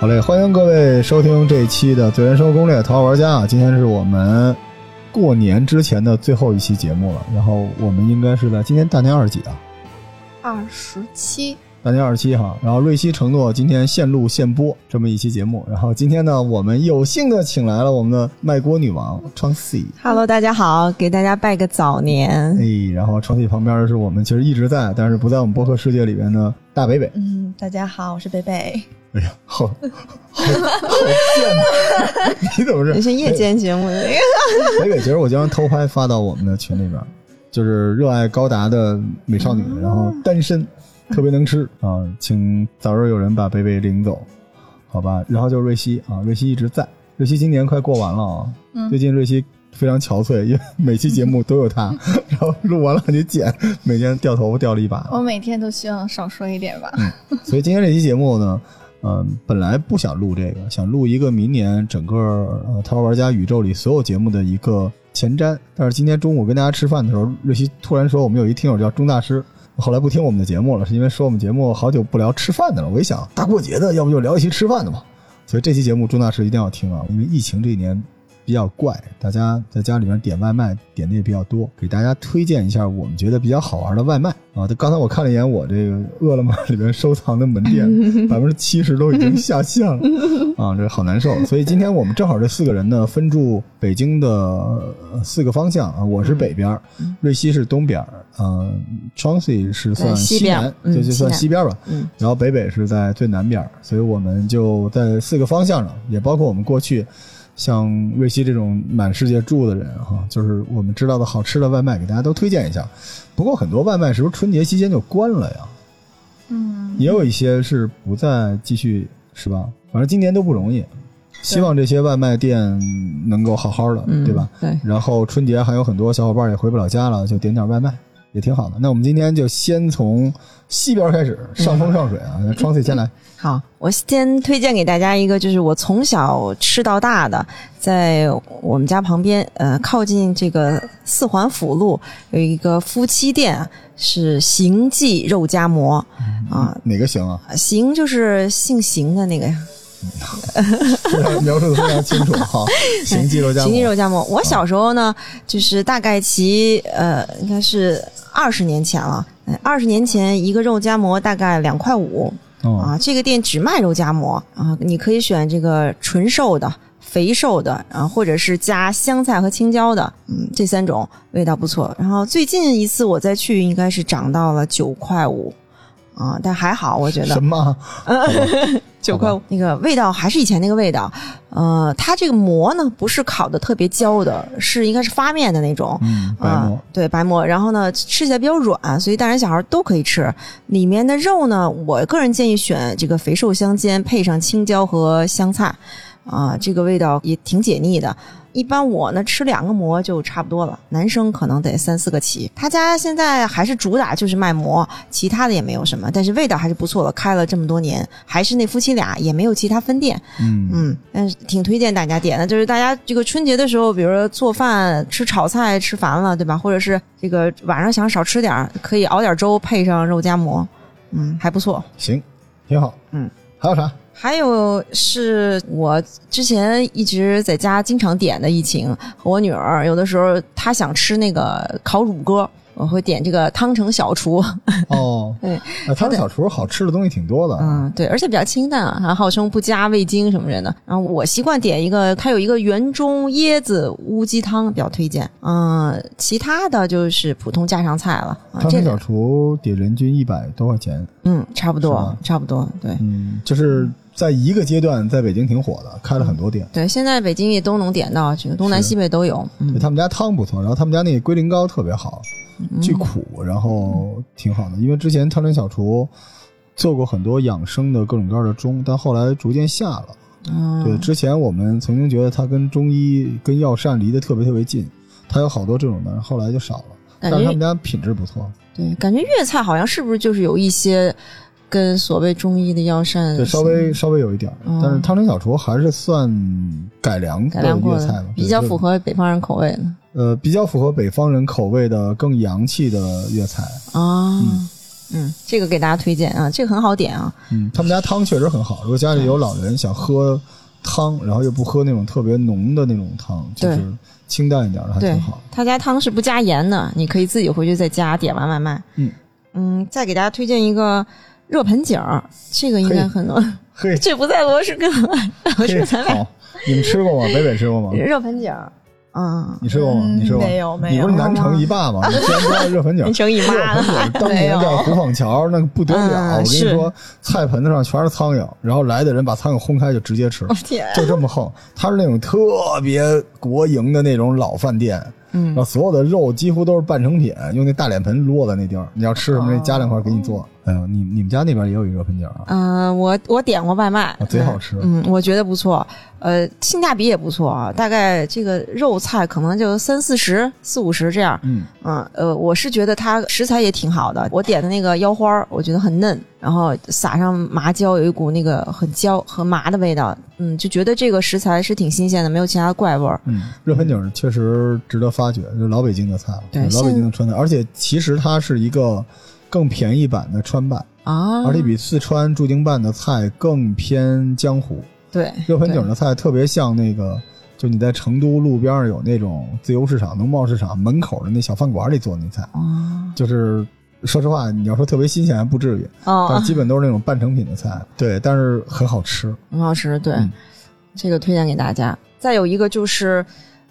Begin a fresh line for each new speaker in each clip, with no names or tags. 好嘞，欢迎各位收听这一期的《最人生活攻略》头号玩家啊！今天是我们过年之前的最后一期节目了，然后我们应该是在今天大年二十几啊？
二十七，
大年二十七哈。然后瑞希承诺今天现录现播这么一期节目，然后今天呢，我们有幸的请来了我们的卖锅女王川 C。
Hello，大家好，给大家拜个早年。
哎，然后床戏旁边是我们其实一直在，但是不在我们播客世界里边的大北北。
嗯，大家好，我是贝贝。
哎呀，好，好，好羡慕！ 你怎么
也
哎是
是夜间节目的，
北北？其实我经常偷拍发到我们的群里边，就是热爱高达的美少女，然后单身，特别能吃啊，请早日有人把北北领走，好吧？然后就是瑞希啊，瑞希一直在，瑞希今年快过完了啊，
嗯
最近瑞希。非常憔悴，因为每期节目都有她， 然后录完了你剪，每天掉头发掉了一把。
我每天都希望少说一点吧。
所以今天这期节目呢，嗯、本来不想录这个，想录一个明年整个呃《淘宝玩家》宇宙里所有节目的一个前瞻。但是今天中午跟大家吃饭的时候，瑞希突然说我们有一听友叫钟大师，后来不听我们的节目了，是因为说我们节目好久不聊吃饭的了。我一想，大过节的，要不就聊一期吃饭的吧。所以这期节目钟大师一定要听啊，因为疫情这一年比较怪，大家在家里面点外卖点的也比较多，给大家推荐一下我们觉得比较好玩的外卖啊。这刚才我看了一眼我这个饿了么里面收藏的门 店，百分之七十都已经下线了啊，这好难受。所以今天我们正好这四个人呢，分住北京的呃四个方向啊，我是北边儿，
嗯
瑞希是东边儿，呃 t r a n c y 是算
在西边
南，
嗯
就就算
西南
西边儿吧。
嗯，
然后北北是在最南边儿，所以我们就在四个方向上，也包括我们过去像瑞希这种满世界住的人哈、就是我们知道的好吃的外卖给大家都推荐一下。不过很多外卖是不是春节期间就关了呀？
嗯，
也有一些是不再继续，是吧？反正今年都不容易，希望这些外卖店能够好好的，
嗯
对吧？？
对，
然后春节还有很多小伙伴也回不了家了，就点点外卖也挺好的。那我们今天就先从西边开始，上风上水啊，那窗 C 先来。
好，我先推荐给大家一个，就是我从小吃到大的，在我们家旁边，呃，靠近这个四环辅路有一个夫妻店，是邢记肉夹馍啊。
哪个行啊？
邢就是姓邢的那个呀，
非常描述的非常清楚 哈。行记肉夹
邢记
馍，
肉夹馍。我小时候呢，就是大概其呃，应该是二十年前了。哎二十年前，一个肉夹馍大概两块五
嗯，
啊。这个店只卖肉夹馍啊，你可以选这个纯瘦的、肥瘦的啊，或者是加香菜和青椒的，嗯，这三种味道不错。然后最近一次我再去，应该是涨到了九块五啊，但还好，我觉得
什么？
九块五，那个味道还是以前那个味道。呃，它这个馍呢不是烤的特别焦的，是应该是发面的那种。
嗯，白
啊
馍。
对白馍，然后呢，吃起来比较软，所以大人小孩都可以吃。里面的肉呢，我个人建议选这个肥瘦相间，配上青椒和香菜，啊、这个味道也挺解腻的。一般我呢吃两个馍就差不多了，男生可能得三四个起。他家现在还是主打就是卖馍，其他的也没有什么，但是味道还是不错的。开了这么多年，还是那夫妻俩，也没有其他分店，
嗯，
嗯，但是挺推荐大家点的，就是大家这个春节的时候，比如说做饭吃炒菜吃烦了，对吧？或者是这个晚上想少吃点儿，可以熬点粥配上肉夹馍，嗯，还不错。
行，挺好。
嗯，
还有啥？
还有是我之前一直在家经常点的疫情，和我女儿有的时候她想吃那个烤乳鸽，我会点这个汤城小厨，
哦，
对
哎，他们小厨好吃的东西挺多的。
嗯，对，而且比较清淡啊，还号称不加味精什么人的。然后我习惯点一个，它有一个园中椰子乌鸡汤，比较推荐。嗯，其他的就是普通家常菜了。啊
他，
这
们
个
小厨得人均一百多块钱。
嗯，差不
是
多
吧，
差不多，对。
嗯，就是在一个阶段，在北京挺火的，开了很多店。
对，现在北京也都能点到，这个东南
是
西北都有。嗯
对，他们家汤不错，然后他们家那个龟苓膏特别好，
嗯
巨苦，然后挺好的。因为之前汤臣小厨做过很多养生的各种各样的中，但后来逐渐下了。对，
嗯，
之前我们曾经觉得它跟中医、跟药膳离得特别特别近，它有好多这种的，后来就少了。但
感
是他
觉
们家品质不错，
对，感觉粤菜好像是不是就是有一些跟所谓中医的药膳
对，稍微稍微有一点儿，
嗯
但是汤臣小厨还是算改良
改
的
良过
粤菜
的
吧，，
比
对
较
就
符合北方人口味的
呃比较符合北方人口味的更洋气的粤菜。
啊。
嗯
嗯，这个给大家推荐啊，这个很好点啊。
嗯，他们家汤确实很好。如果家里有老人想喝汤，然后又不喝那种特别浓的那种汤，就
对
是清淡一点的，还
对
挺好。，
他家汤是不加盐的，你可以自己回去再加，点完外卖。
嗯
嗯再给大家推荐一个热盆景儿，这个应该
嘿
很多，
嘿，
这不在罗氏哥，罗氏
嘿
咱俩
好，你们吃过吗？北北吃过吗？
热盆景儿，嗯，
你吃过吗？你吃过吗？
没有没
你
有
不是南城一霸 吗？你居然不知道热粉饺
你？成姨妈
热
了，
粉饺当年在胡坊桥那个不得了，
嗯
我跟你
是
说，菜盆子上全是苍蝇，然后来的人把苍蝇轰开就直接吃
我，天，啊
就这么横。它是那种特别国营的那种老饭店，然
嗯
后所有的肉几乎都是半成品，用那大脸盆摞在那地儿。你要吃什么，
哦
那加两块给你做。哎呦，你你们家那边也有一热盆饺啊？
嗯、我我点过外卖
啊，贼好吃
嗯，我觉得不错，呃，性价比也不错啊，大概这个肉菜可能就三四十、四五十这样，
嗯，
嗯，呃，我是觉得它食材也挺好的，我点的那个腰花儿，我觉得很嫩，然后撒上麻椒，有一股那个很焦和麻的味道，嗯，就觉得这个食材是挺新鲜的，没有其他怪味儿。
嗯，热盆景确实值得发掘，就是老北京的菜了，
对
老北京的川菜，而且其实它是一个更便宜版的川办，
啊，
而且比四川驻京办的菜更偏江湖。
对
热盆景的菜特别像那个，就你在成都路边上有那种自由市场、农贸市场门口的那小饭馆里做的那菜，
啊
就是说实话，你要说特别新鲜还不至于，但
哦
基本都是那种半成品的菜，对，但是很好吃。
很好吃，对，
嗯
这个推荐给大家。再有一个就是，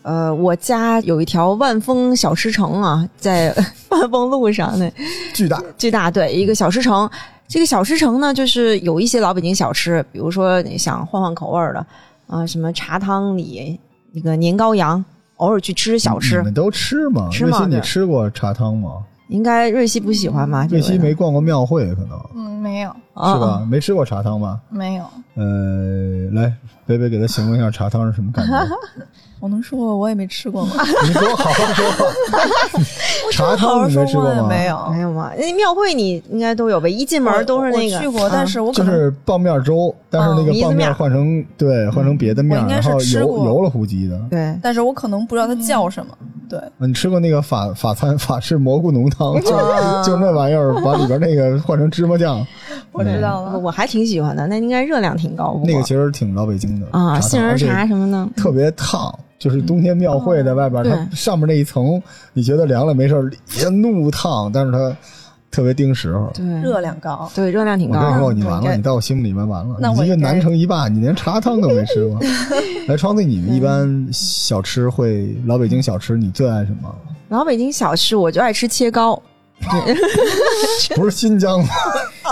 呃，我家有一条万丰小吃城啊，在 万丰路上那
巨大，
巨大，对，一个小吃城。这个小吃城呢，就是有一些老北京小吃，比如说你想换换口味儿的啊、什么茶汤里那个年糕羊，偶尔去吃小吃。
你们都吃吗？
吃
瑞
吗
希，你
对
吃过茶汤吗？
应该瑞希不喜欢吧？
瑞希
这个
没逛过庙会，可能
嗯，没有
啊
是
哦
吧？没吃过茶汤吧？
没有，
呃，来，北北给他形容一下茶汤是什么感觉？
我能说我也没吃 过吗？
你给我好好说 话。茶汤你没吃过吗？嗯
没
啊
有
没，有吗？那庙会你应该都有吧？一进门都是那个啊
我去过，但是我
嗯
可
就
能
是棒面粥，但是那
哦
个
迷子
棒
面
面
儿
换成对换成别的面
我
儿，
应该
然
是
后
吃
油
过
油了糊唧的。
对。
但是我可能不知道它叫什
嗯
么。对，
啊你吃过那个法法餐 法式蘑菇浓汤，就
啊
就那玩意儿，把里边那个换成芝麻酱，
我知道
嗯
了。
我还挺喜欢的，那应该热量挺高。不过
那个其实挺老北京的茶
啊，
汤
杏仁
而且
茶什么的，
特别烫，就是冬天庙会在外边，
嗯对
它上面那一层你觉得凉了没事儿，也怒烫，但是它特别盯时候。
对
热量高，
对热量挺
我
高
跟你
的。
说，你完
我应
了，
该
你在我心里面完了。
那
你
我
一个
应该
南城一霸，你连茶汤都没吃 过。来，窗子，你们一般小吃会老北京小吃，你最爱什么？
老北京小吃，我就爱吃切糕，
不是新 疆吗？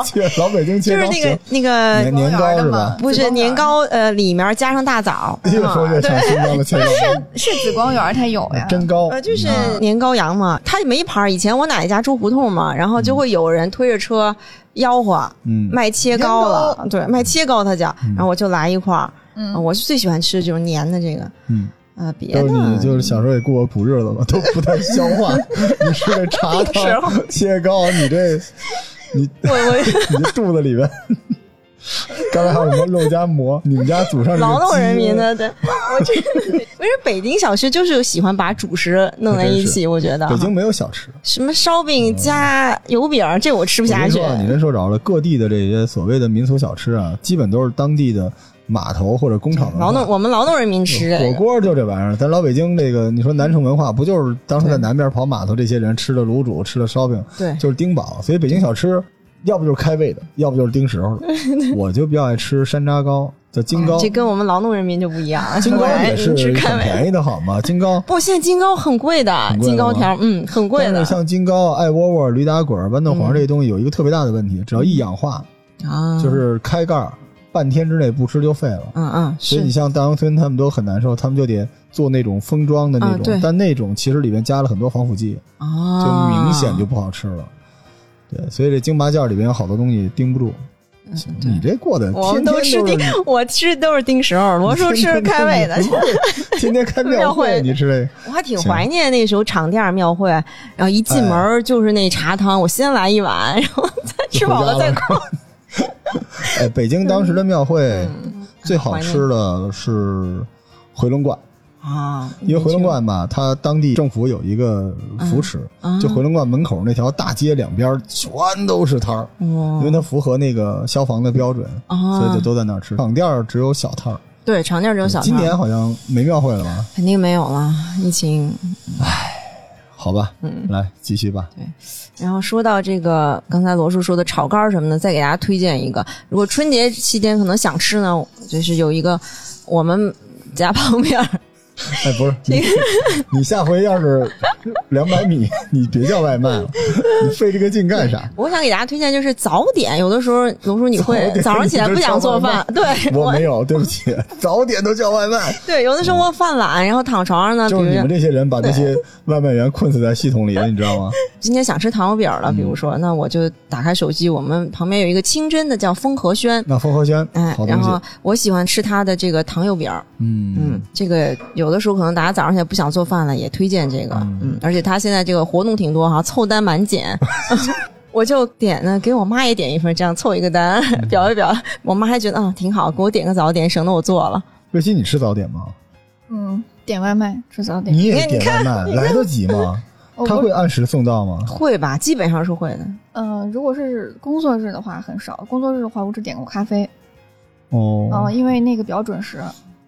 切老北京
就
切
是
糕
那个呃
行，
那个
年年糕是吧？
不
紫
是
光园
年糕，呃，里面加上大枣，嗯
又说就抢新疆的 切糕，
是紫光园它有呀，
真高。
呃，就是
嗯
年糕羊嘛，它也没牌儿。以前我奶奶家住胡同嘛，然后就会有人推着车吆喝
嗯，
卖切糕了，对，卖切糕他叫，然后我就来一块儿。
嗯
啊我是最喜欢吃就是粘的这个，
嗯，
呃，别
就是你
的
就是小时候也过苦日子吧，都不太消 化。你吃这茶
那个时
汤切糕，你这你
我 我
你这肚子里边， 刚才还有什么肉夹馍？你们家祖上是
劳动
鸡
人民的，对，我这不是北京小吃，就是喜欢把主食弄在一起，我觉得
北京没有小吃，
什么烧饼加油饼，这我吃不
我
下
跟你
去
说。啊，你这说着了，各地的这些所谓的民俗小吃啊，基本都是当地的码头或者工厂文化
劳动，我们劳动人民吃
火锅就这玩意儿，咱老北京这个，你说南城文化不就是当时在南边跑码头这些人吃的卤煮，吃的烧饼，
对
就是丁饱，所以北京小吃要不就是开胃的，要不就是盯时候 的。我就比较爱吃山楂糕，叫金糕，
啊这跟我们劳动人民就不一样。
金糕
我
也
来
是
你
很
吃开胃。
便宜的好吗？金 糕
不，现在金糕很贵的
很，贵的
金糕
吗
条，嗯，很贵
但
的嗯
是像金糕、艾窝窝、驴打滚、豌豆黄这些东西，有一个特别大的问题，只要一氧化，
啊
就是开盖儿，半天之内不吃就废了。
嗯嗯，
所以你
是
像大杨村他们都很难受，他们就得做那种封装的那
啊
种，
对
但那种其实里面加了很多防腐剂，就
啊
明显就不好吃了。对，所以这京八件里边有好多东西盯不住。你这过的
嗯我
天天
们都吃
是
丁，我吃都是丁时候，罗 叔吃开胃的
你。 天天都是天天开庙
庙
会，
会
你吃这个。
我还挺
行哎
怀念那时候场店儿庙会，然后一进门儿就是那茶汤，我先来一碗，然后 再吃饱了再逛。
哎，
嗯
北京当时的庙会最好吃的是回龙观，
啊，
因为回龙观吧，它当地政府有一个扶持，
啊
就回龙观门口那条大街两边全都是摊儿，因为
哇
它符合那个消防的标准，所以
啊
就，都在那儿吃。场店儿只有小摊儿，
对，常见这种小摊儿
今年好像没庙会了吧？
肯定没有了，疫情。
好吧，
嗯
来继续吧。
然后说到这个，刚才罗叔说的炒肝儿什么的，再给大家推荐一个。如果春节期间可能想吃呢，就是有一个我们家旁边儿
哎，不是你，你下回要是两百米， 你别叫外卖了，你费这个劲干啥？
我想给大家推荐就是早点，有的时候龙叔你
早
会
点
早上起来不想做饭，对
我没有，对不起，早点都叫外卖。
对，有的时候我犯懒，然后躺床上呢，啊比
就是
如
你们这些人把那些外卖员困死在系统里了，你知道吗？
今天想吃糖油饼
嗯
了，比如说，那我就打开手机，我们旁边有一个清真的叫风和轩，
那风和轩，
哎
好，
然
东西
后，我喜欢吃它的这个糖油饼儿，嗯
嗯，，
这个有的时候可能大家早上起来不想做饭了，也推荐这个。
嗯
嗯，而且它现在这个活动挺多哈，凑单 满减。我就点呢，给我妈也点一份，这样凑一个单，
嗯
表一表。我妈还觉得啊、挺好，给我点个早点，省得我做了。
瑞希，你吃早点吗？
嗯，点外卖吃早点，
你
因
也
为
点外卖，来得及吗？
我
嗯他
不
会按时送到吗？
会吧，基本上是会的。
嗯、如果是工作日的话很少，工作日的话我只点过咖啡，嗯、
哦，
因为那个比较准时。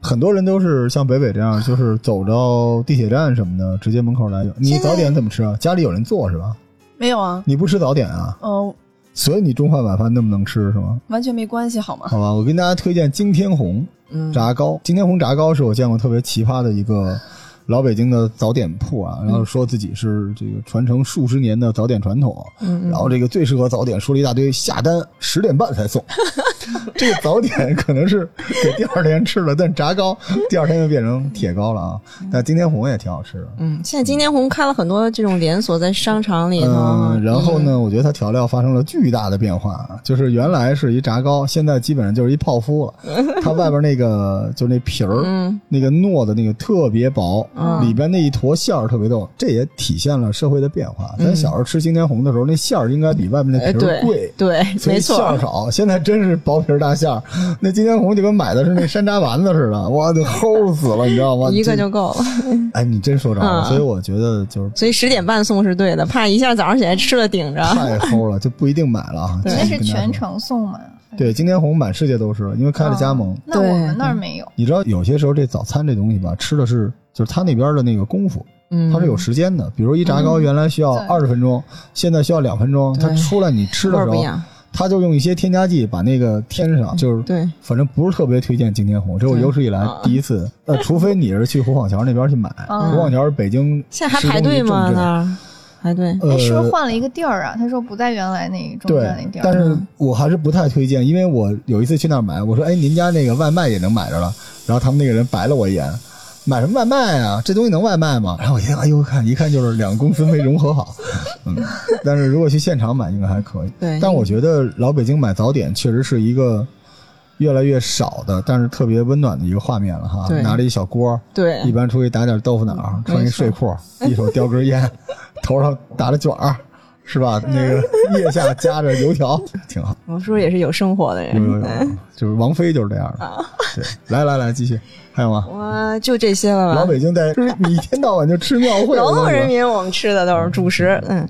很多人都是像北北这样，就是走到地铁站什么的，直接门口来。你
现在
早点怎么吃啊？家里有人做是吧？
没有啊，
你不吃早点啊？
嗯、
所以你中饭晚饭那么能吃是吗？
完全没关系好吗？
好吧，我跟大家推荐惊天红
嗯，
炸糕。惊天红炸糕是我见过特别奇葩的一个老北京的早点铺
嗯
啊，然后说自己是这个传承数十年的早点传统，
嗯
然后这个最适合早点说了一大堆，下单十点半才 送。这个早点可能是给第二天吃了，但炸糕第二天就变成铁糕了啊。
嗯
但今天红也挺好吃的。
嗯，现在今天红开了很多这种连锁，在商场里头。
嗯，然后呢，我觉得它调料发生了巨大的变化，就是原来是一炸糕，现在基本上就是一泡芙 了。它外边那个就那皮儿，
嗯？
那个糯的那个特别薄，
嗯
里边那一坨馅儿特别逗，这也体现了社会的变化。咱小时候吃金天红的时候，那馅儿应该比外面
嗯，
那
哎，
皮儿
对
贵。
对，
所以
没
馅儿
错，
少，现在真是薄皮儿大馅儿。那金天红就跟买的是那山楂丸子似的，哇，就齁死了，你知道吗？
一个
这
就够了。
哎，你真说着了。
嗯
所以我觉得就是
所以十点半送是对的，怕一下早上起来吃了顶着。
太齁了，就不一定买了啊。
啊对
这
那是
跟大家
全
说
程送嘛？
对，今天红满世界都是，因为开了加盟。
哦那我
对
们那儿没有。
你知道，有些时候这早餐这东西吧，吃的是就是他那边的那个功夫，
嗯，
它是有时间的。比如一炸糕原来需要
对
二十分钟，现在需要两分钟。它
对
出来你吃
味
的
儿
时
不一
候，
样。
它就用一些添加剂把那个添上，就是
对，
反正不是特别推荐今天红，这是我
对
有史以来
啊
第一 次。呃，除非你是去虎坊桥那边去买，
嗯
虎坊桥是北京
现在还
市中
排队
心重
吗？
镇
那儿排队。
哎，是不
呃
是，换了一个地儿啊？他说不在原来那中
对
间那地，
但
儿。嗯
是
嗯
我还是不太推荐，因为我有一次去那儿买，我说：“哎，您家那个外卖也能买着了。”然后他们那个人白了我一眼：“买什么外卖啊？这东西能外卖吗？”然后我一看，哎呦，看一看就是两个公司没融合好。 嗯，但是如果去现场买，应该还可以。
对，
但我觉得老北京买早点确实是一个越来越少的，但是特别温暖的一个画面了哈
对。
拿着一小锅，
对
一般出去打点豆腐脑儿，
嗯
穿一睡裤，一手叼根 烟，头上打着卷儿，是吧？
嗯
那个腋下夹着油 条，挺好。
我叔也是有生活的
有有
人。
有，就是王菲就是这样
啊
的。对，来来来，继续，还有吗？
我就这些了
老
吧。
北京在，就是你一天到晚就吃庙会，
劳
我
动人
跟你说
民，我们吃的都是主食。嗯，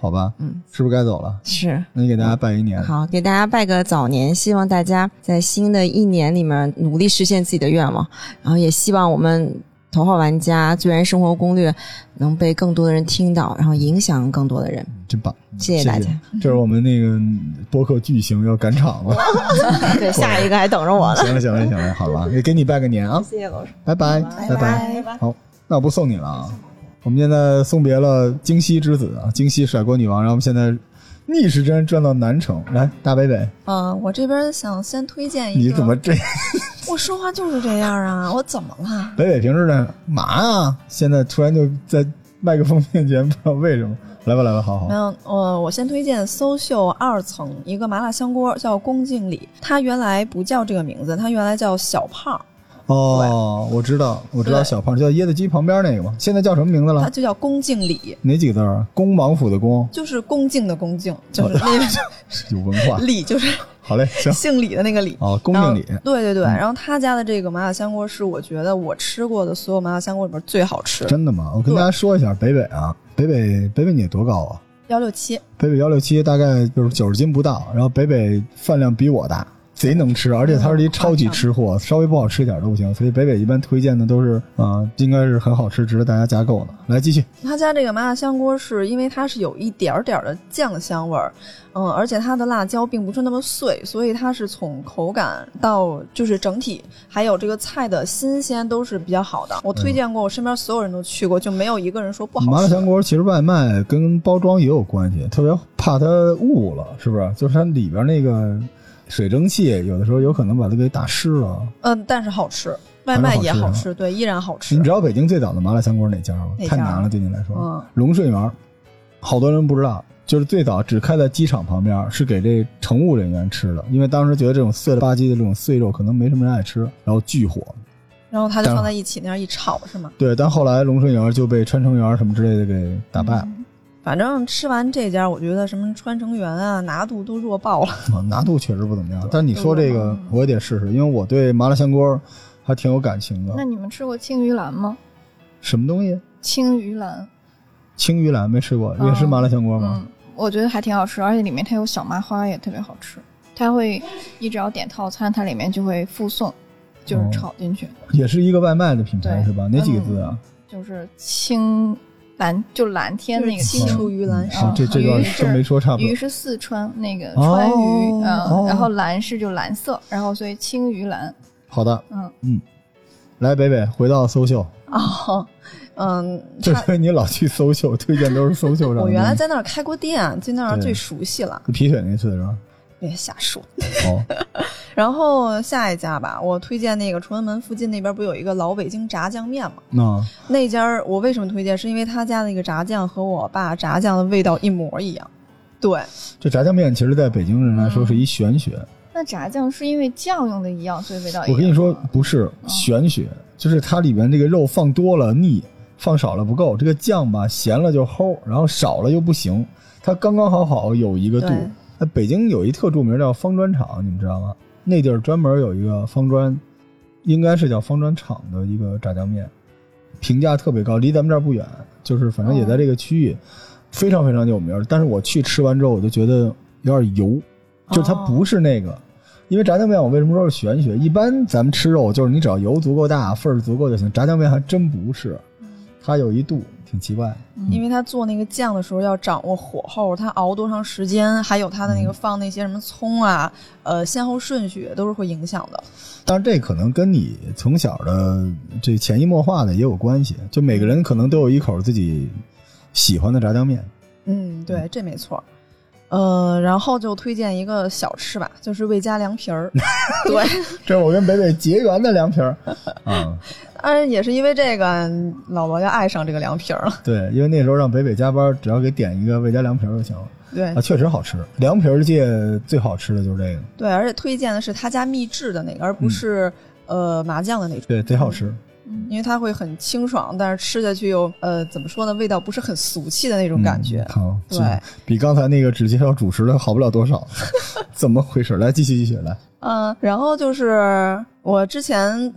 好吧？
嗯，
是不是该走了？
是。
那你给大家拜一年，
好，给大家拜个早年，希望大家在新的一年里面努力实现自己的愿望，然后也希望我们头号玩家《最燃生活攻略》能被更多的人听到，然后影响更多的 人。
真棒！
谢谢大家。
这是我们那个播客巨星要赶场 了。
对，下一个还等着我了。
行了行了行了，好吧，也给你拜个年啊，
谢谢老师，
拜拜拜拜。
拜拜。
好，那我不送你了啊。我们现在送别了京西之子啊，京西甩锅女王，然后我们现在逆时针转到南城，来大北北，
嗯，我这边想先推荐一
你
个。
怎么这？
我说话就是这样啊？我怎么了？
北北平时呢嘛呀？现在突然就在麦克风面前，不知 道为什么。来吧来吧，好好
没。有，呃我我先推荐搜秀二层一个麻辣香锅，叫宫敬礼。它原来不叫这个名字，它原来叫小胖，
哦，我知道，我知道，
对
小胖叫椰子鸡旁边那个嘛，现在叫什么名字
它
了？
就叫宫敬礼，
哪几个字儿啊？恭王府的恭，
就是恭敬的恭敬，就是那个 。
有文化
礼就是
好嘞，哦行，
姓李的那个李。
哦，恭
然后
敬礼，
对对对，
嗯
然后他家的这个麻辣香锅是我觉得我吃过的所有麻辣香锅里边最好吃，
真的吗？我跟大家说一下，北北啊，北北北北你多高啊？
幺六七。
北北幺六七大概就是九十斤不到，然后北北饭量比我大，贼能吃，而且他是一超级吃货，稍微不好吃一点都不行。所以北北一般推荐的都是，啊、应该是很好吃，值得大家加购的。来继续，
他家这个麻辣香锅是因为它是有一点儿点儿的酱香味儿，嗯，而且它的辣椒并不是那么碎，所以它是从口感到就是整体，还有这个菜的新鲜都是比较好的。我推荐过，我身边所有人都去过，就没有一个人说哦不好吃。
麻辣香锅其实外卖跟包装也有关系，特别怕它误了，是不是？就是它里边那个水蒸气，有的时候有可能把它给打湿了。
嗯，但是好吃，外
还是
卖
好
也
吃
好
啊
吃，对，依然好吃
你。知道北京最早的麻辣香锅是哪家吗？
哪家
太难了，对你来说。
嗯，
龙顺园，好多人不知道，就是最早只开在机场旁边，是给这乘务人员吃的，因为当时觉得这种碎了吧唧的这种碎肉可能没什么人爱吃，然后巨火。
然后它就
当然
放在一起那样一炒是吗？
对，但后来龙顺园就被川城园什么之类的给打败了，
嗯反正吃完这家，我觉得什么川城园啊、拿度都弱爆了。
啊拿度确实不怎么样。但你说这个，我也得试试，因为我对麻辣香锅还挺有感情
那
的。
你们吃过青鱼兰吗？
什么东西？
青鱼兰，
青鱼兰没吃过，也
哦
是麻辣香锅吗
嗯？，我觉得还挺好吃，而且里面它有小麻花，也特别好吃。它会，你只要点套餐，它里面就会附送，就是
哦
炒进去，
嗯
也是一个外卖的品牌
对
是吧？哪几个字啊？
就是青蓝，就蓝天那个
就是青
青
嗯出于蓝
嗯
山
这这
鱼
段
是
真没说差不多
鱼。是四川那个
哦
川渝，嗯、
哦
然后蓝是就蓝色，然后所以青鱼蓝，
好的，
嗯
嗯，来北北回到搜秀，
哦，嗯，
就是 因为你老去搜秀，推荐都是搜秀上的东西。
我原来在那儿开过店，对那儿
对
最熟悉了。
皮腿那次是吧？
别瞎说。
哦，
然后下一家吧，我推荐那个崇文门附近那边不有一个老北京炸酱面吗？
那
那家儿我为什么推荐？是因为他家那个炸酱和我爸炸酱的味道一模一样。对，
这炸酱面其实在北京人来说是一玄学。
那炸酱是因为酱用的一样，所以味
嗯
道一样。
我跟你说，
哎
不是玄学，就是它里面这个肉放多了腻，放少了不够，这个酱吧咸了就齁，然后少了又不行，它刚刚好好有一个度
对。
那北京有一特著名叫方砖厂，你们知道吗？那地儿专门有一个方砖，应该是叫方砖厂的一个炸酱面，评价特别高，离咱们这儿不远，就是反正也在这个区域，非常非常有名儿。但是我去吃完之后，我就觉得有点油，就是它
哦
不是那个。因为炸酱面，我为什么说是玄学？一般咱们吃肉，就是你只要油足够大，份儿足够就行。炸酱面还真不是，它有一度，挺奇怪。
因为他做那个酱的时候要掌握火候，他熬多长时间，还有他的那个放那些什么葱啊，呃，先后顺序都是会影响的。
但是这可能跟你从小的这潜移默化的也有关系。就每个人可能都有一口自己喜欢的炸酱面。
嗯，对，这没错。呃，然后就推荐一个小吃吧，就是魏家凉皮儿。对，
这是我跟北北结缘的凉皮 儿啊，
当然也是因为这个，老罗就爱上这个凉皮儿 了。
对，因为那时候让北北加班，只要给点一个魏家凉皮儿就行了
对
啊，确实好吃。凉皮儿界最好吃的就是这个，
对，而且推荐的是他家秘制的那个，而不是、
嗯
呃麻酱的那种，
对，贼好吃。
嗯因为它会很清爽，但是吃下去又呃怎么说呢，味道不是很俗气的那种感觉
嗯。好，
对
这比刚才那个只介绍主食的好不了多 少，怎么回事？来，继续继续来，
嗯，然后就是我之前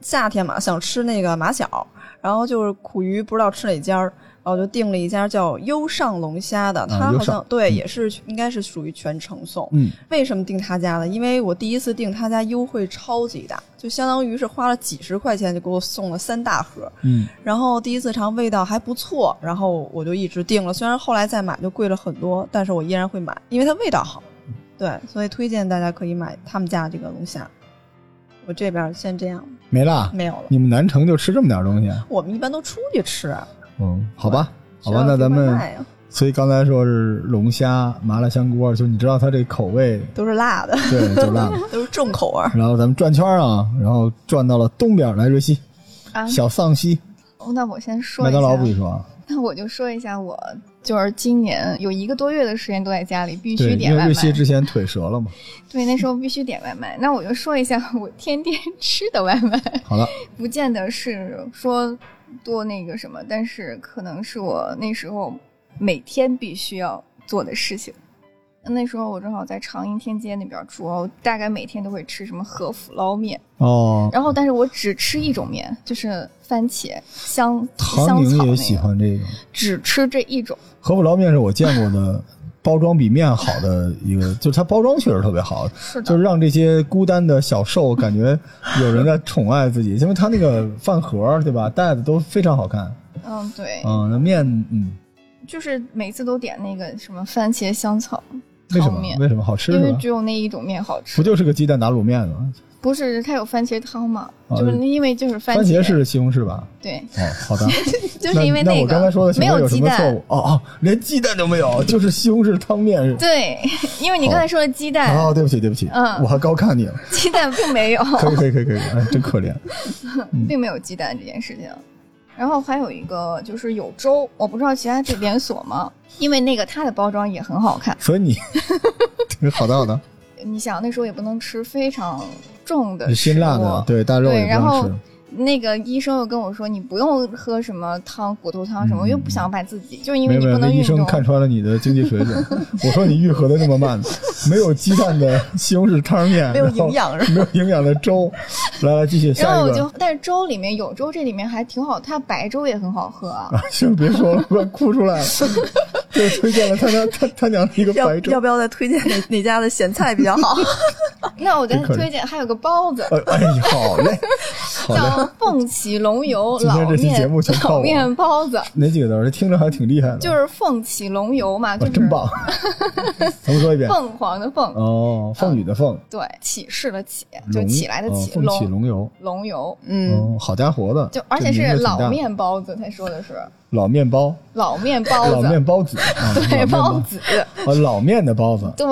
夏天嘛，想吃那个马小，然后就是苦于不知道吃哪家儿，然后就订了一家叫优上龙虾的，它
优
好
上
像、对
嗯
也是应该是属于全程送。
嗯，
为什么订他家呢？因为我第一次订他家优惠超级大，就相当于是花了几十块钱就给我送了三大盒，
嗯，
然后第一次尝味道还不错，然后我就一直订了。虽然后来再买就贵了很多，但是我依然会买，因为它味道好。对，所以推荐大家可以买他们家这个龙虾。我这边先这样，
没啦，
没有了。
你们南城就吃这么点东西啊？
我们一般都出去吃啊，
嗯，好吧，好吧，
谁
那
要订
咱
外
们
卖啊
所以刚才说是龙虾、麻辣香锅，就你知道它这口 味，
都是辣的，
对，就辣。
都是重口味儿。
然后咱们转圈啊，然后转到了东边，来瑞希，
啊，
小丧西，
哦那我先说
麦
一下，
当劳不许说啊，
那我就说一下我，就是今年有一个多月的时间都在家里，必须
对，因
点
为
外卖
瑞。希之前腿折了嘛。
对，那时候必须点外卖。那我就说一下我天天 吃的外卖，
好了，
不见得是说多那个什么，但是可能是我那时候每天必须要做的事情。那时候我正好在长阴天街那边住，我大概每天都会吃什么和府捞面，
哦，
然后但是我只吃一种面，就是番茄香
唐
香草
宁
那
也
个，
喜欢这个
只吃这一种。
河北捞面，是我见过的包装比面好的一个，就是它包装确实特别好，
是的，
就是让这些孤单的小兽感觉有人在宠爱自己，因为它那个饭盒对吧，袋子都非常好看，
嗯，对，
嗯，那面嗯，
就是每次都点那个什么番茄香草
为什
汤
么
面，
为什么好吃
因
是
为
吧？
只有那一种面好吃。
不就是个鸡蛋打卤面吗？
不是，它有番茄汤嘛？
啊
就是因为就是番
番茄是西红柿吧？
对，
哦，好的，
就是因为
那那我刚才
个
说的情
没
况
有
有什
鸡
么错
蛋。
误？哦哦，连鸡蛋都没有，就是西红柿汤面是。
对， 因为你刚才说的鸡蛋，
哦，对不起，对不起，
嗯
我还高看 你了，
鸡蛋并 没有，
可以，可以，可以，可以，哎，真可怜。
并没有鸡蛋这件事情。然后还有一个就是有粥，我不知道其他这连锁吗？因为那个它的包装也很好看。
所以 你，挺好的，好的，
你想那时候也不能吃非常重的
是
食物，
辛辣的，对，大肉
呃对
也不
然
让
后
吃。
那个医生又跟我说，你不用喝什么汤、骨头汤什么，我又不想把自己，就是因
嗯没有
为你
没有，
不
那
能
医
运动
生。看穿了你的经济水 准。我说你愈合的那么慢，没有鸡蛋的西红柿汤 面，
没有
然后
营养是吧
没有营养的粥。来来，继续
然
下
后
一
我
个
就，。但是粥里面有粥，这里面还挺好，它白粥也很好喝啊。
啊，行，别说了，快哭出 来了。对，推荐了他家他他娘的一个
要
白粥
要。不要再推荐哪哪家的咸菜比较 好？
那我再
可以
推荐还有个包子，
呃， 哎，好嘞，好嘞，
叫凤起龙游
今
老
天这期节
面
目全靠
老
我
面包子，
哪几个字儿？这听着还挺厉害的，
就是凤起龙游嘛，
哇
就是
啊真棒。重说一遍。
凤凰的凤，
哦，凤雨的凤，
对，起势的起，就
龙
起来的
哦
起，
凤起
龙
龙游。
龙游，
嗯，
哦，好家伙的，
就而且
这名
是
字挺大
老面包子，他说的是
老面包，
老面包
老面
子，
包子，啊
对，
老面
包子。
哦，老面的包子，
对，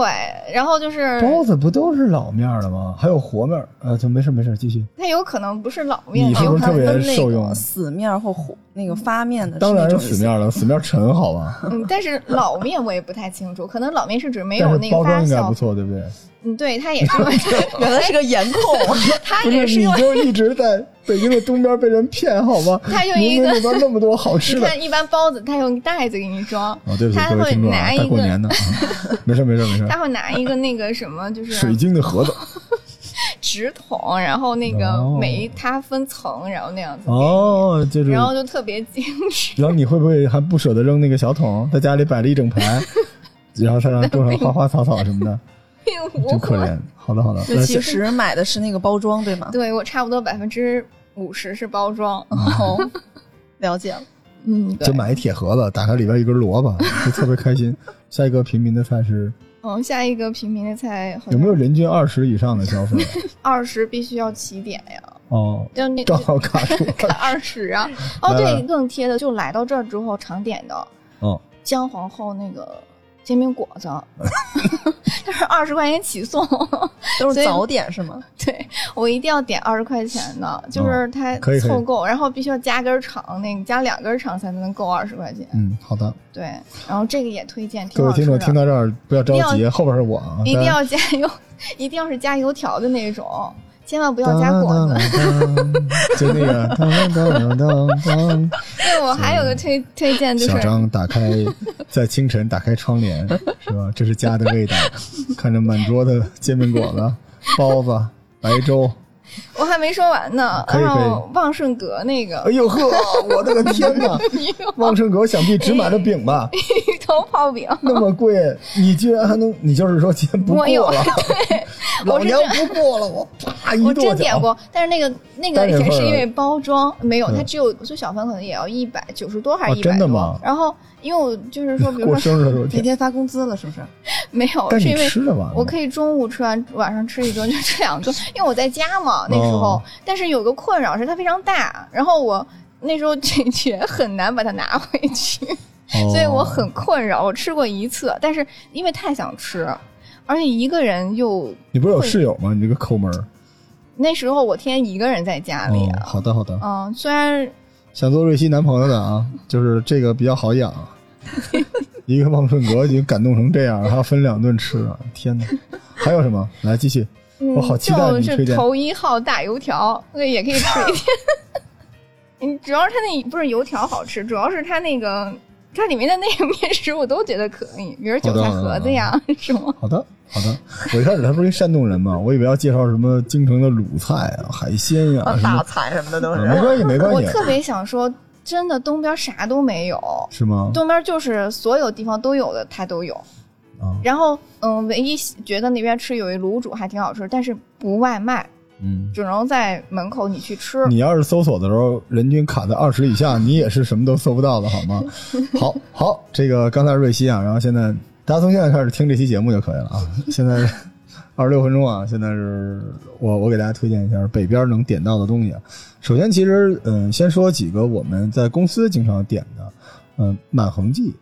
然后就是
包子不都是老面儿的吗？还有和面儿，呃，就没事没事，继续。
它有可能不是老面
你是
包
不是
子，
特别
它分那
受
个
用
死面儿或糊那个发面的，
当然
是
是
那种
死面儿了，死面儿沉，好吧？
嗯，但是老面我也不太清楚，可能老面是指没
但
有
是
那个
包
发
装应该不
酵，
错，对不对？
嗯，对，它也是，
原来是个颜控，
它
不
也
是，
是
你
用，
就一直在北京的东边被人骗，好吗？
它用一
明
个
明那边那么多好吃
你
的。
看一般包子它用袋子给你装，
哦，对不起，
他
各位
会
听众啊
拿，一
大过
个
年 的，啊没事没事没事。
它会拿一个那个什么就是
水晶的盒子，
纸筒，然后那个
哦
每一它分层，然后那样子，
哦，就是，
然后就特别精致。
然后你会不会还不舍得扔那个小桶，在家里摆了一整 排，然后上面种上花花草草什么的，
并不
真可
会
怜。好的好的，
就
那
其实买的是那个包装，对吗？
对我差不多百分之五十是包装，
哦，了解了。
嗯，
啊
对
就，买一铁盒子，打开里边一根萝卜，就特别开心。下一个平民的菜是
嗯，下一个平民的菜好像
有没有人均二十以上的消费？
二十必须要起点呀？
哦，
就那
正好卡 住。
二十啊！哦，
来来
对，更贴的就来到这儿之后常点的
哦，
姜皇后那个煎饼果 子， 它是二十块钱起送，
都
所
是
以
早点是吗？
对我一定要点二十块钱的，就是它
嗯可以可以
凑够，然后必须要加根肠，那个加两根肠才能够二十块钱。
嗯，好的，
对，然后这个也推荐，
各
挺
位
好
听
吃
众
的。
听到这儿不要着
一定
急，后边是我啊，
一
大
定
家
要加油， 一定要是加油条的那种，千万不要加果子。
子，就那个当当当当
对我还有个推推荐 就是
小张打 开，在清晨打开窗帘，是吧？这是家的味道。 看着满桌的煎饼果子、包子、白粥，
我还没说完呢，
可以
然
可以
后旺盛阁那个
哎 呦呵，我的个天哪！旺盛阁想必只买了饼吧？
芋头泡饼，
那么贵，你居然还能？你就是说钱不过
我有
了？老
我是
娘
真
不过了，嗯我啪一
我
跺
真点
脚。
过，但是那个那个
单人份
也
儿
是
的
因为包装没有，
嗯
它只有最小份可能也要一百九十多还是
哦
一
真
百
的
多
吗。
然后因为我就 是说，比如
过
说
生日的时候
那
点，
天发工资了是不是？
没有，
但
是
你
因为
吃啊得完吗？
我可以中午吃完，晚上吃一顿，就吃两 顿，因为我在家嘛那时候
哦。
但是有个困扰是它非常大，然后我那时候 解决很难把它拿回去。
哦，
所以我很困扰。我吃过一次，但是因为太想吃，而且一个人又
你不是有室友吗？你这个抠门 儿。
那时候我天天一个人在家里
哦，
啊，
好的好的。
嗯，虽然
想做瑞希男朋友的 啊，就是这个比较好养。一个旺顺阁已经感动成这样，还要分两顿吃啊！天哪，还有什么？来继续。
嗯
我好期待
就
你推
是
荐
头一号大油条，那个也可 以吃一天。嗯，主要是它那不是油条好吃，主要是它那个它里面的那个面食我都觉得可以，比如韭菜盒子呀什么。
好的，好的。我一开始他不是一山东人嘛，我以为要介绍什么京城的鲁菜啊、海鲜呀、什么
哦
啊
大菜什么的都
的，没
是。
关系，没关
我
系，
特别想说，真的东边啥都没有，
是吗？
东边就是所有地方都有的它都有。
啊，
然后嗯，唯一觉得那边吃有一卤煮还挺好吃，但是不外卖，
嗯。
只能在门口你去吃。
你要是搜索的时候人均卡在二十以下，你也是什么都搜不到的，好吗？好好，这个刚才瑞希啊，然后现在大家从现在开始听这期节目就可以了啊。现在二十六分钟啊，现在是我我给大家推荐一下北边能点到的东西。啊。首先，其实嗯，先说几个我们在公司经常点的，嗯，满恒记。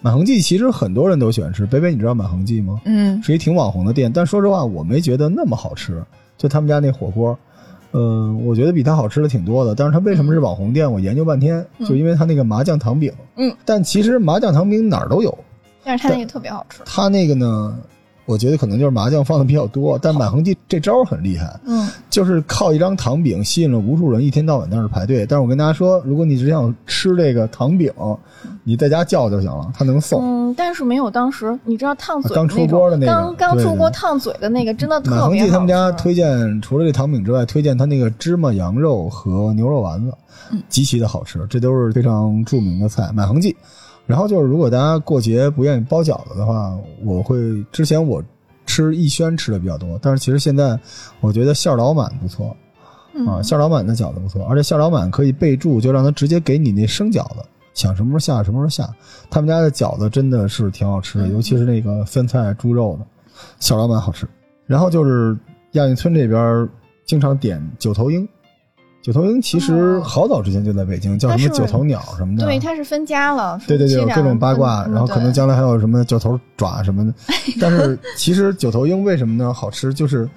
满恒记其实很多人都喜欢吃，北北你知道满恒记吗？
嗯，
是一挺网红的店，但说实话，我没觉得那么好吃。就他们家那火锅，呃，我觉得比它好吃的挺多的。但是它为什么是网红店？我研究半天，就因为它那个麻酱糖饼。
嗯，
但其实麻酱糖饼哪儿都有，
但是它那个特别好吃。
它那个呢，我觉得可能就是麻酱放的比较多。但满恒记这招儿很厉害，
嗯，
就是靠一张糖饼吸引了无数人一天到晚在那儿排队。但是我跟大家说，如果你只想吃这个糖饼，你在家叫就行了，它能送。
嗯，但是没有当时你知道烫嘴
啊刚
的那
出锅的
种，
那个
刚刚
对
出
对
锅
对
烫嘴的那个真的
满
特
恒记
别好吃。
他们家推荐除了这糖饼之外，推荐他那个芝麻羊肉和牛肉丸子，
嗯
极其的好吃，这都是非常著名的菜。满恒记，然后就是如果大家过节不愿意包饺子的话，我会之前我吃逸轩吃的比较多，但是其实现在我觉得馅儿老满不错啊，
嗯
馅儿老满的饺子不错，而且馅儿老满可以备注，就让他直接给你那生饺子。想什么时候下什么时候下，他们家的饺子真的是挺好吃
嗯
的，尤其是那个酸菜猪肉的，小老板好吃。然后就是亚运村这边儿经常点九头鹰，九头鹰其实
哦
好早之前就在北京，叫
它
什
是
么九头鸟什么的。啊
对，它是分家了，
对对对，
夫
有
妻俩
各种八卦，
分
然后可能
对
将来还有什么九头爪什 么的。但是其实九头鹰为什么呢？好吃就是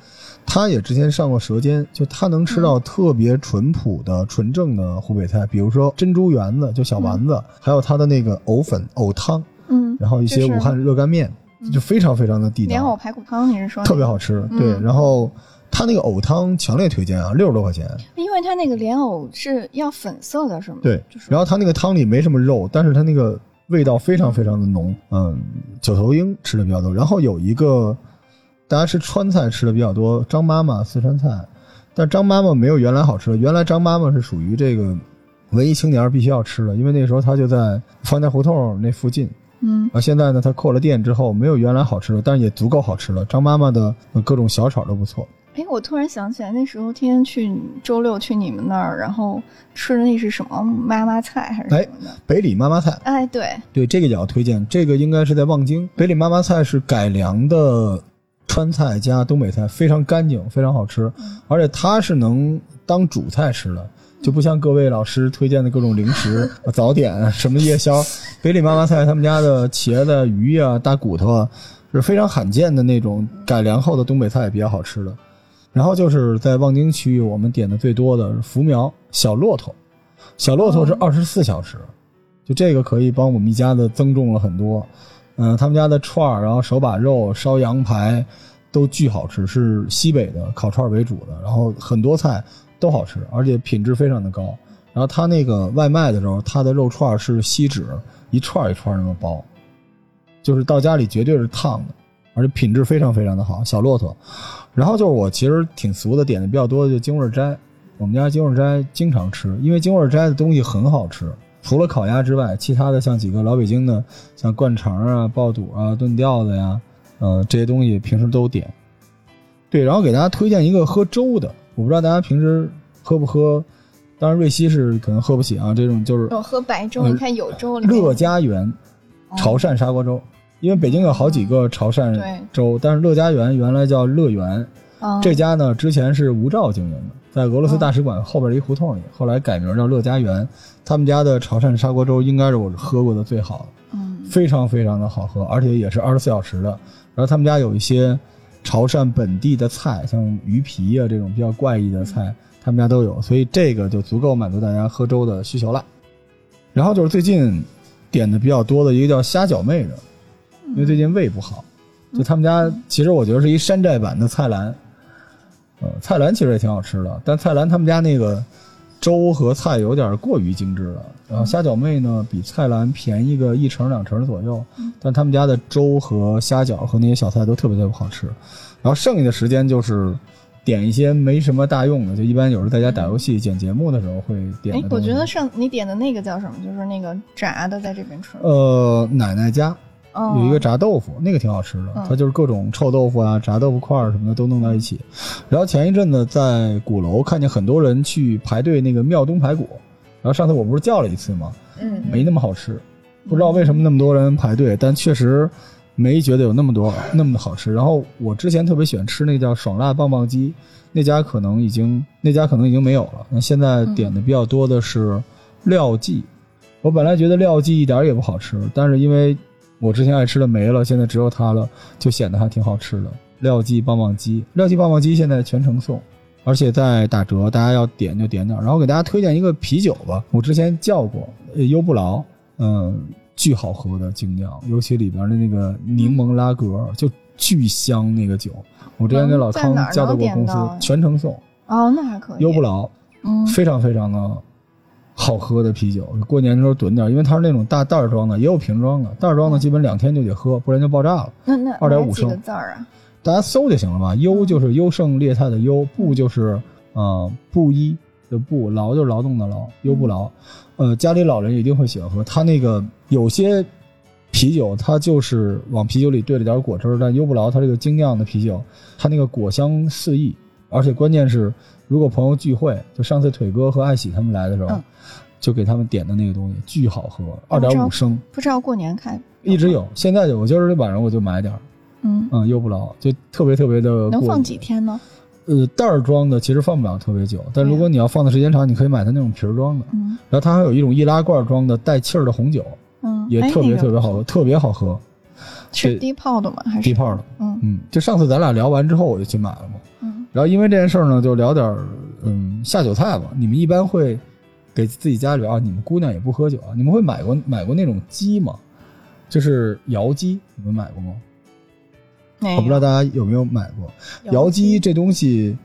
它也之前上过《舌尖》，就它能吃
嗯
到特别淳朴的、纯正的湖北菜，比如说珍珠圆子，就小丸子，还有它的那个藕粉、藕汤，
嗯，
然后一些
就是
武汉热干面，就非常非常的地道。
莲藕排骨汤你是说
特别好吃，对。
嗯
然后它那个藕汤强烈推荐啊，六十多块钱，
因为它那个莲藕是要粉色的，是吗？
对
就是
然后它那个汤里没什么肉，但是它那个味道非常非常的浓。嗯，九头鹰吃的比较多，然后有一个大家吃川菜吃的比较多，张妈妈四川菜，但张妈妈没有原来好吃了。原来张妈妈是属于这个文艺青年必须要吃的，因为那时候她就在方家胡同那附近。
嗯
啊，现在呢，它扩了店之后，没有原来好吃了，但是也足够好吃了。张妈妈的呃各种小炒都不错。
哎，我突然想起来，那时候天天去周六去你们那儿，然后吃的那是什么妈妈菜还是
哎
什么的？
北里妈妈菜，
哎，对，
对这个也要推荐。这个应该是在望京，北里妈妈菜是改良的川菜加东北菜，非常干净，非常好吃，而且它是能当主菜吃的。就不像各位老师推荐的各种零食、早点、什么夜宵，北里妈妈菜他们家的茄子、鱼啊、大骨头啊，是非常罕见的那种改良后的东北菜，比较好吃的。然后就是在望京区域，我们点的最多的是福苗小骆驼，小骆驼是二十四小时，就这个可以帮我们一家子增重了很多。嗯、他们家的串儿，然后手把肉、烧羊排都巨好吃，是西北的烤串儿为主的，然后很多菜都好吃，而且品质非常的高。然后他那个外卖的时候，他的肉串儿是锡纸一串儿一串儿那么包，就是到家里绝对是烫的，而且品质非常非常的好。小骆驼，然后就是我其实挺俗的，点的比较多的就京味儿斋，我们家京味儿斋经常吃，因为京味儿斋的东西很好吃，除了烤鸭之外，其他的像几个老北京的，像灌肠啊、爆肚啊、炖吊子呀，呃，这些东西平时都点。对，然后给大家推荐一个喝粥的，我不知道大家平时喝不喝，当然瑞希是可能喝不起啊，这种就是
我喝白粥，
嗯
你看有粥里面
乐家园潮汕砂锅粥，因为北京有好几个潮汕
对
粥，但是乐家园原来叫乐园，
嗯
这家呢之前是吴照经营的，在俄罗斯大使馆后边的一胡同里，后来改名叫乐家园。他们家的潮汕砂锅粥应该是我喝过的最好的，
嗯
非常非常的好喝，而且也是二十四小时的。然后他们家有一些潮汕本地的菜，像鱼皮啊这种比较怪异的菜，他们家都有，所以这个就足够满足大家喝粥的需求了。然后就是最近点的比较多的一个叫虾饺妹的，因为最近胃不好，就他们家其实我觉得是一山寨版的菜篮，呃，菜篮其实也挺好吃的，但菜篮他们家那个粥和菜有点过于精致了。然后虾饺妹呢，比菜篮便宜个一成两成左右，
嗯
但他们家的粥和虾饺和那些小菜都特别特别好吃。然后剩下的时间就是点一些没什么大用的，就一般有时候在家打游戏、剪节目的时候会点
哎
的，
我
东西。
觉得上你点的那个叫什么？就是那个炸的，在这边吃。
呃，奶奶家
嗯，
有一个炸豆腐，那个挺好吃的
嗯，
它就是各种臭豆腐啊、炸豆腐块儿什么的都弄到一起。然后前一阵子在鼓楼看见很多人去排队那个庙东排骨，然后上次我不是叫了一次吗？
嗯，
没那么好吃，不知道为什么那么多人排队，但确实没觉得有那么多那么的好吃。然后我之前特别喜欢吃那个叫爽辣棒棒鸡，那家可能已经那家可能已经没有了。那现在点的比较多的是廖记，我本来觉得廖记一点儿也不好吃，但是因为我之前爱吃的没了，现在只有它了，就显得还挺好吃的。廖记棒棒鸡，廖记棒棒鸡现在全程送，而且在打折，大家要点就点点儿。然后给大家推荐一个啤酒吧，我之前叫过呃优布劳，嗯，巨好喝的精酿，尤其里边的那个柠檬拉格，就巨香那个酒。我之前跟老
嗯在哪
康
儿
叫到过公司
能点到，
全程送，
哦，那还可以。
优布劳。
嗯，
非常非常的好喝的啤酒。过年的时候囤点，因为它是那种大袋儿装的，也有瓶装的。袋儿装的基本两天就得喝，不然就爆炸了。
那那
2.5
哪几个
升
字儿啊？
大家搜就行了吧？
嗯
优就是优胜劣汰的优，不就是呃布衣的布，劳就是劳动的劳，优
嗯
不劳。呃，家里老人一定会喜欢喝。它那个有些啤酒，它就是往啤酒里兑了点果汁儿，但优不劳它这个精酿的啤酒，它那个果香四溢，而且关键是，如果朋友聚会，就上次腿哥和艾喜他们来的时候，
嗯
就给他们点的那个东西巨好喝，二
这
点
样
五升，
不知道过年开。
一直有。现在有，我今儿晚上我就买点儿，
嗯，
嗯，优不劳就特别特别的
能
呃过
放
瘾
几天呢？
呃，袋儿装的其实放不了特别久，但如果你要放的时间长，你可以买它那种瓶儿装的。
嗯
然后它还有一种易拉罐装的带气儿的红酒，
嗯，
也
哎
特别
那个
特别好喝，特别好喝，
是
对
低泡的吗？还是
低泡的。
嗯
嗯，就上次咱俩聊完之后，我就去买了嘛。
嗯，
然后因为这件事儿呢，就聊点儿嗯下酒菜吧。你们一般会给自己家里边啊，你们姑娘也不喝酒啊，你们会买过买过那种鸡吗？就是窑鸡，你们买过吗？
没
我不知道
有
大家有没有买过。
嗯
窑鸡这东西，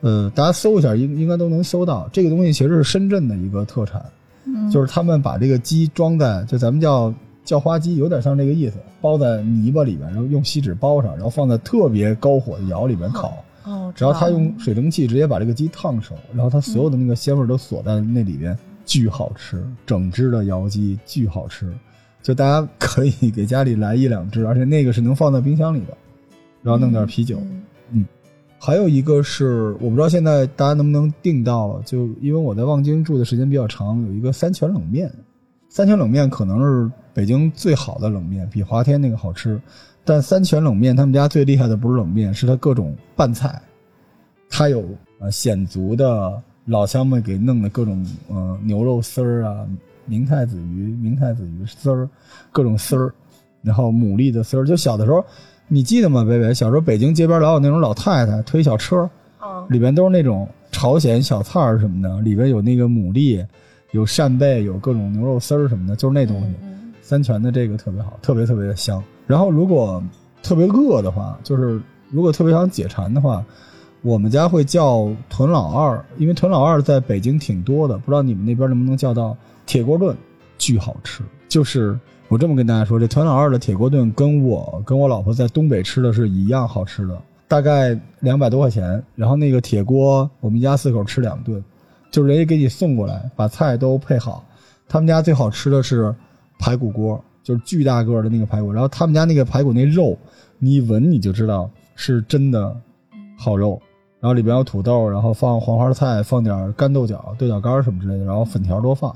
呃，大家搜一下，应应该都能搜到。这个东西其实是深圳的一个特产，
嗯
就是他们把这个鸡装在，就咱们叫叫花鸡，有点像这个意思，包在泥巴里边，然后用锡纸包上，然后放在特别高火的窑里边烤。
哦，
然后他用水蒸气直接把这个鸡烫熟，然后它所有的那个鲜味儿都锁在那里边，巨好吃，整只的窑鸡巨好吃，就大家可以给家里来一两只，而且那个是能放在冰箱里的，然后弄点啤酒，
嗯
还有一个是我不知道现在大家能不能订到了，就因为我在望京住的时间比较长，有一个三全冷面，三全冷面可能是北京最好的冷面，比华天那个好吃。但三全冷面他们家最厉害的不是冷面，是它各种拌菜，它有呃显族的老乡们给弄的各种呃牛肉丝儿啊，明太子鱼、明太子鱼丝儿，各种丝儿，然后牡蛎的丝儿。就小的时候，你记得吗，北北？小时候北京街边老有那种老太太推小车，
啊，
里边都是那种朝鲜小菜儿什么的，里边有那个牡蛎，有扇贝，有各种牛肉丝儿什么的，就是那东西。
嗯
三全的这个特别好，特别特别的香。然后如果特别饿的话，就是如果特别想解馋的话，我们家会叫屯老二，因为屯老二在北京挺多的，不知道你们那边能不能叫到铁锅炖，巨好吃。就是我这么跟大家说，这屯老二的铁锅炖跟我跟我老婆在东北吃的是一样好吃的，大概两百多块钱。然后那个铁锅，我们一家四口吃两顿，就是人家给你送过来，把菜都配好。他们家最好吃的是排骨锅，就是巨大个儿的那个排骨。然后他们家那个排骨那肉，你一闻你就知道是真的好肉。然后里边有土豆，然后放黄花菜，放点干豆角、豆角干儿什么之类的，然后粉条多放。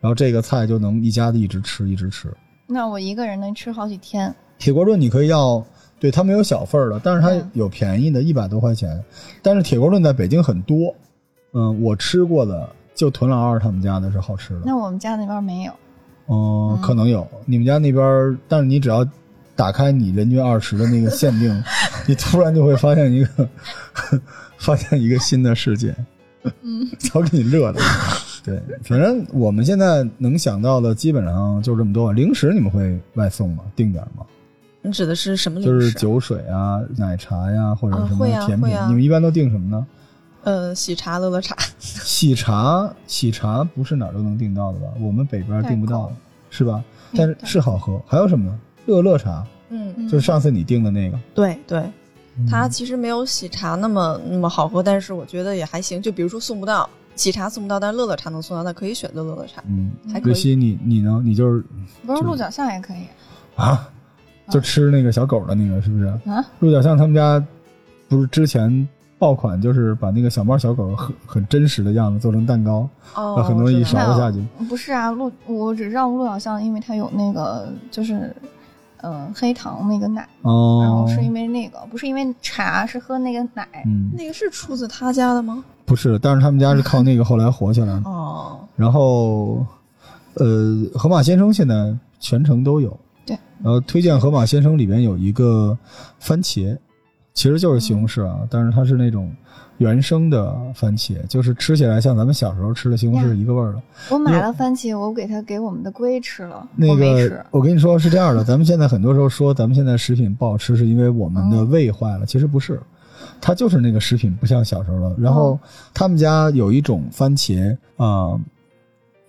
然后这个菜就能一家子一直吃，一直吃。
那我一个人能吃好几天。
铁锅炖你可以要，对它没有小份儿的，但是它
嗯
有便宜的，一百多块钱。但是铁锅炖在北京很多，嗯，我吃过的就屯老二他们家的是好吃的。
那我们家那边没有。
嗯，可能有。你们家那边儿，但是你只要打开你人均二十的那个限 定，你突然就会发现一个 发现一个新的世界。 嗯，早给你乐的。对，反正我们现在能想到的基本上就这么多。零食你们会外送吗？定点吗？
你指的是什么零
就是
食？
酒水啊、奶茶呀、或者
啊
什么
会啊
甜品，
会啊
你们一般都订什么呢？
呃，喜茶乐乐茶，
喜茶，喜茶不是哪儿都能订到的吧？我们北边儿订不到，是吧？但是是好喝。还有什么呢？乐乐茶，
嗯，
就是上次你订的那个。
对对，它
嗯
其实没有喜茶那么那么好喝，但是我觉得也还行。就比如说送不到喜茶送不到，但是乐乐茶能送到，那可以选择乐乐茶。
嗯，
还可以
瑞希，你你呢？你就是
不是鹿角巷也可以
啊，
嗯
就吃那个小狗的那个是不是？
啊？
鹿角巷他们家不是之前爆款，就是把那个小猫小狗很很真实的样子做成蛋糕，
哦
让，很多人一
是
勺
吧
子下去。
不是啊，鹿我只知道鹿角巷，因为它有那个就是。嗯，黑糖那个奶，然
哦
后，是因为那个，不是因为茶，是喝那个奶。
嗯，
那个是出自他家的吗？
不是，但是他们家是靠那个后来火起来的。
哦，
然后，呃，河马先生现在全程都有。
对。
然后推荐河马先生里边有一个番茄，其实就是西红柿
嗯
啊，但是它是那种原生的番茄，就是吃起来像咱们小时候吃的西红柿
呀
是一个味儿的。
我买
有
了番茄，我给它给我们的龟吃了，
那
我没
个
吃，。
我跟你说是这样的，咱们现在很多时候说咱们现在食品不好吃，是因为我们的胃坏
嗯
了，其实不是，它就是那个食品不像小时候了。然
哦
后他们家有一种番茄啊、呃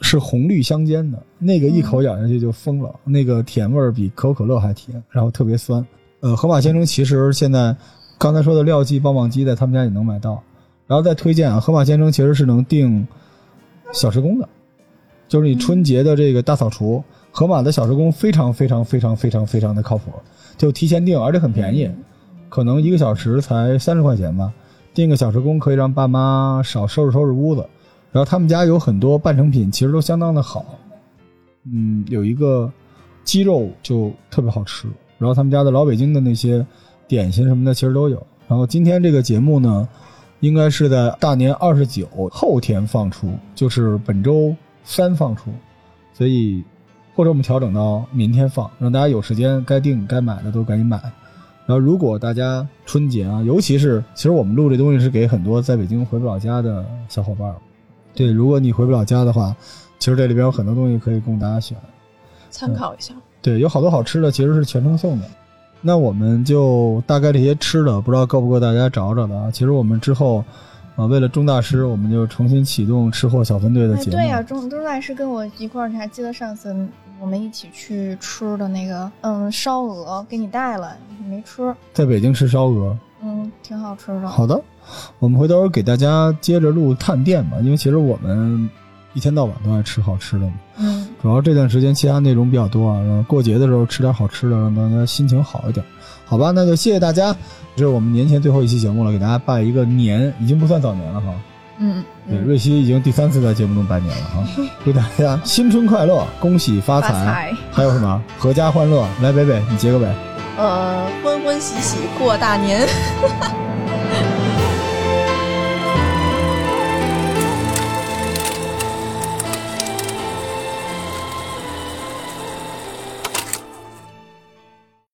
是红绿相间的，那个一口咬下去就疯了，那个甜味儿比可口可乐还甜，然后特别酸。呃，河马先生其实现在刚才说的廖记、棒棒鸡在他们家也能买到，然后再推荐啊，河马先生其实是能订小时工的，就是你春节的这个大扫除，河马的小时工非常非常非常非常非常的靠谱，就提前订，而且很便宜，可能一个小时才三十块钱吧，订个小时工可以让爸妈少收拾收拾屋子，然后他们家有很多半成品，其实都相当的好，嗯，有一个鸡肉就特别好吃，然后他们家的老北京的那些点心什么的其实都有。然后今天这个节目呢，应该是在大年二十九后天放出，就是本周三放出，所以或者我们调整到明天放，让大家有时间该订该买的都赶紧买。然后，如果大家春节啊，尤其是其实我们录这东西是给很多在北京回不了家的小伙伴儿，对，如果你回不了家的话，其实这里边有很多东西可以供大家选。
参考一下。
对，有好多好吃的其实是全程送的。那我们就大概这些吃的，不知道够不够大家找找的啊。其实我们之后，啊，为了钟大师，我们就重新启动吃货小分队的
哎，
节目。
对呀、中周大师跟我一块儿，你还记得上次我们一起去吃的那个，嗯，烧鹅给你带了，你没吃，
在北京吃烧鹅。
嗯，挺好吃的。
好的，我们回头给大家接着录探店吧，因为其实我们一天到晚都爱吃好吃的嘛。
嗯，
主要这段时间其他内容比较多啊，然后过节的时候吃点好吃的，让大家心情好一点，好吧？那就谢谢大家，这是我们年前最后一期节目了，给大家拜一个年，已经不算早年了哈。
嗯，
对，瑞希已经第三次在节目中拜年了哈，祝大家新春快乐，恭喜发财，
发财
还有什么阖家欢乐？来，北北，你结个尾。
呃，欢欢喜喜过大年。